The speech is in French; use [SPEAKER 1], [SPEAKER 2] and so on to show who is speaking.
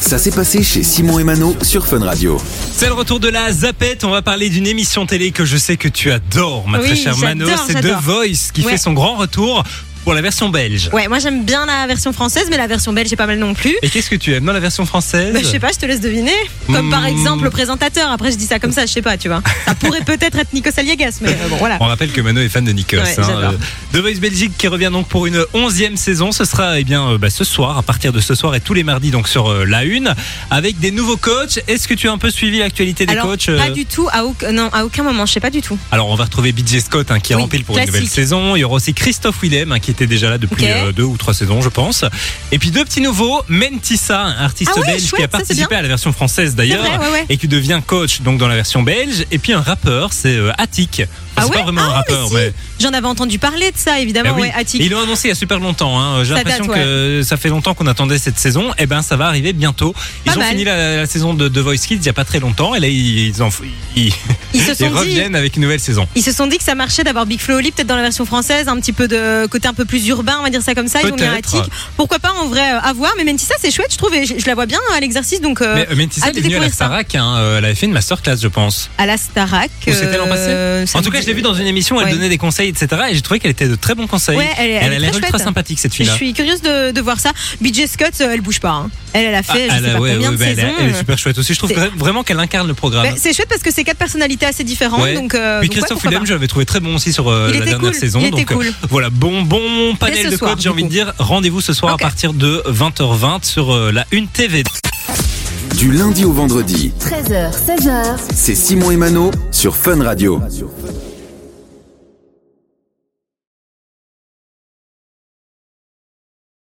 [SPEAKER 1] Ça s'est passé chez Simon et Mano sur Fun Radio.
[SPEAKER 2] C'est le retour de la Zapette. On va parler d'une émission télé que je sais que tu adores, ma
[SPEAKER 3] Oui,
[SPEAKER 2] très chère Mano.
[SPEAKER 3] j'adore,
[SPEAKER 2] C'est The
[SPEAKER 3] j'adore.
[SPEAKER 2] Voice qui
[SPEAKER 3] Ouais.
[SPEAKER 2] fait son grand retour pour la version belge.
[SPEAKER 3] Ouais, moi j'aime bien la version française, mais la version belge est pas mal non plus.
[SPEAKER 2] Et qu'est-ce que tu aimes dans la version française
[SPEAKER 3] Bah, je sais pas, je te laisse deviner. Comme
[SPEAKER 2] Hmm.
[SPEAKER 3] par exemple le présentateur. Après, je dis ça comme ça, je sais pas, tu vois. Ça pourrait peut-être être Nico Aliagas, mais euh, bon, voilà.
[SPEAKER 2] On rappelle que Mano est fan de Nikos.
[SPEAKER 3] Ouais, j'adore.
[SPEAKER 2] The Voice Belgique qui revient donc pour une onzième saison. Ce sera eh bien euh, bah, ce soir, à partir de ce soir et tous les mardis donc sur euh, la une, avec des nouveaux coachs. Est-ce que tu as un peu suivi l'actualité des
[SPEAKER 3] Alors,
[SPEAKER 2] coachs euh,
[SPEAKER 3] pas du tout, à aucun, non, à aucun moment, je sais pas du tout.
[SPEAKER 2] Alors on va retrouver BJ Scott hein, qui est
[SPEAKER 3] Oui,
[SPEAKER 2] en pile pour
[SPEAKER 3] classique.
[SPEAKER 2] une nouvelle saison. Il y aura aussi Christophe Willem hein, qui était déjà là depuis
[SPEAKER 3] Ok.
[SPEAKER 2] euh, deux ou trois saisons je pense. Et puis deux petits nouveaux, Mentissa, un artiste
[SPEAKER 3] Ah ouais,
[SPEAKER 2] belge qui a
[SPEAKER 3] chouette, ça, c'est
[SPEAKER 2] participé
[SPEAKER 3] bien.
[SPEAKER 2] à la version française d'ailleurs
[SPEAKER 3] C'est vrai, ouais, ouais.
[SPEAKER 2] et qui devient coach donc dans la version belge. Et puis un rappeur, c'est euh, Attic. Enfin,
[SPEAKER 3] Ah
[SPEAKER 2] c'est
[SPEAKER 3] ouais
[SPEAKER 2] pas vraiment un
[SPEAKER 3] Ah, mais
[SPEAKER 2] rappeur
[SPEAKER 3] si.
[SPEAKER 2] mais,
[SPEAKER 3] J'en avais entendu parler de ça, évidemment,
[SPEAKER 2] bah oui.
[SPEAKER 3] ouais, Attic.
[SPEAKER 2] Et ils l'ont annoncé il y a super longtemps. hein. J'ai
[SPEAKER 3] Ça date,
[SPEAKER 2] l'impression que ça fait longtemps qu'on attendait cette saison. Et ben ça va arriver bientôt. Ils
[SPEAKER 3] Pas
[SPEAKER 2] ont
[SPEAKER 3] mal.
[SPEAKER 2] fini la, la saison de, de Voice Kids il y a pas très longtemps et là ils, en, ils,
[SPEAKER 3] Ils se
[SPEAKER 2] ils
[SPEAKER 3] sont dit.
[SPEAKER 2] reviennent avec une nouvelle saison.
[SPEAKER 3] Ils se sont dit que ça marchait d'avoir Big Flo et Oli, peut-être dans la version française, un petit peu de côté un peu plus urbain, on va dire ça comme ça. Ils ont mis un
[SPEAKER 2] Peut-être.
[SPEAKER 3] attic. Pourquoi pas en vrai euh, à voir, mais Mentissa c'est chouette, je trouve, et je, je la vois bien à l'exercice, donc euh,
[SPEAKER 2] Mais euh, Mentissa
[SPEAKER 3] hâte
[SPEAKER 2] elle
[SPEAKER 3] de
[SPEAKER 2] est venue à la
[SPEAKER 3] découvrir ça.
[SPEAKER 2] Starac, hein, euh, elle avait fait une masterclass, je pense.
[SPEAKER 3] à la Starac.
[SPEAKER 2] Ou c'était l'an passé
[SPEAKER 3] euh, ça
[SPEAKER 2] En
[SPEAKER 3] me
[SPEAKER 2] tout cas,
[SPEAKER 3] dit-
[SPEAKER 2] je l'ai vue dans une émission, elle
[SPEAKER 3] ouais.
[SPEAKER 2] donnait des conseils, etc. Et j'ai trouvé qu'elle était de très bons conseils.
[SPEAKER 3] Ouais, elle est-
[SPEAKER 2] Et
[SPEAKER 3] elle est
[SPEAKER 2] a l'air
[SPEAKER 3] très
[SPEAKER 2] ultra
[SPEAKER 3] chouette.
[SPEAKER 2] sympathique, cette
[SPEAKER 3] Je
[SPEAKER 2] fille-là.
[SPEAKER 3] suis curieuse de, de voir ça. BJ Scott, euh, elle bouge pas. hein. Elle, elle a
[SPEAKER 2] Ah,
[SPEAKER 3] fait, je
[SPEAKER 2] elle
[SPEAKER 3] sais
[SPEAKER 2] a-
[SPEAKER 3] pas
[SPEAKER 2] ouais,
[SPEAKER 3] combien
[SPEAKER 2] ouais,
[SPEAKER 3] de
[SPEAKER 2] bah, elle,
[SPEAKER 3] saisons. euh.
[SPEAKER 2] a- elle est super chouette aussi. Je trouve
[SPEAKER 3] C'est-
[SPEAKER 2] vra- vraiment qu'elle incarne le programme.
[SPEAKER 3] Bah, c'est chouette parce que c'est quatre personnalités assez différentes.
[SPEAKER 2] Ouais.
[SPEAKER 3] Donc, euh,
[SPEAKER 2] Puis
[SPEAKER 3] donc ouais,
[SPEAKER 2] Christophe
[SPEAKER 3] pourquoi
[SPEAKER 2] Willem, je l'avais trouvé très bon aussi sur euh,
[SPEAKER 3] Il
[SPEAKER 2] la
[SPEAKER 3] était
[SPEAKER 2] dernière
[SPEAKER 3] cool,
[SPEAKER 2] saison.
[SPEAKER 3] il était
[SPEAKER 2] donc euh,
[SPEAKER 3] cool.
[SPEAKER 2] voilà, bon bon panel
[SPEAKER 3] Dès ce
[SPEAKER 2] de
[SPEAKER 3] soir,
[SPEAKER 2] coach,
[SPEAKER 3] du
[SPEAKER 2] j'ai envie de
[SPEAKER 3] coup.
[SPEAKER 2] dire. Rendez-vous ce soir
[SPEAKER 3] Ok.
[SPEAKER 2] à partir de 20h20 sur euh, la Une TV.
[SPEAKER 1] Du lundi au vendredi,
[SPEAKER 4] 13h, 16h,
[SPEAKER 1] c'est Simon et Mano sur Fun Radio.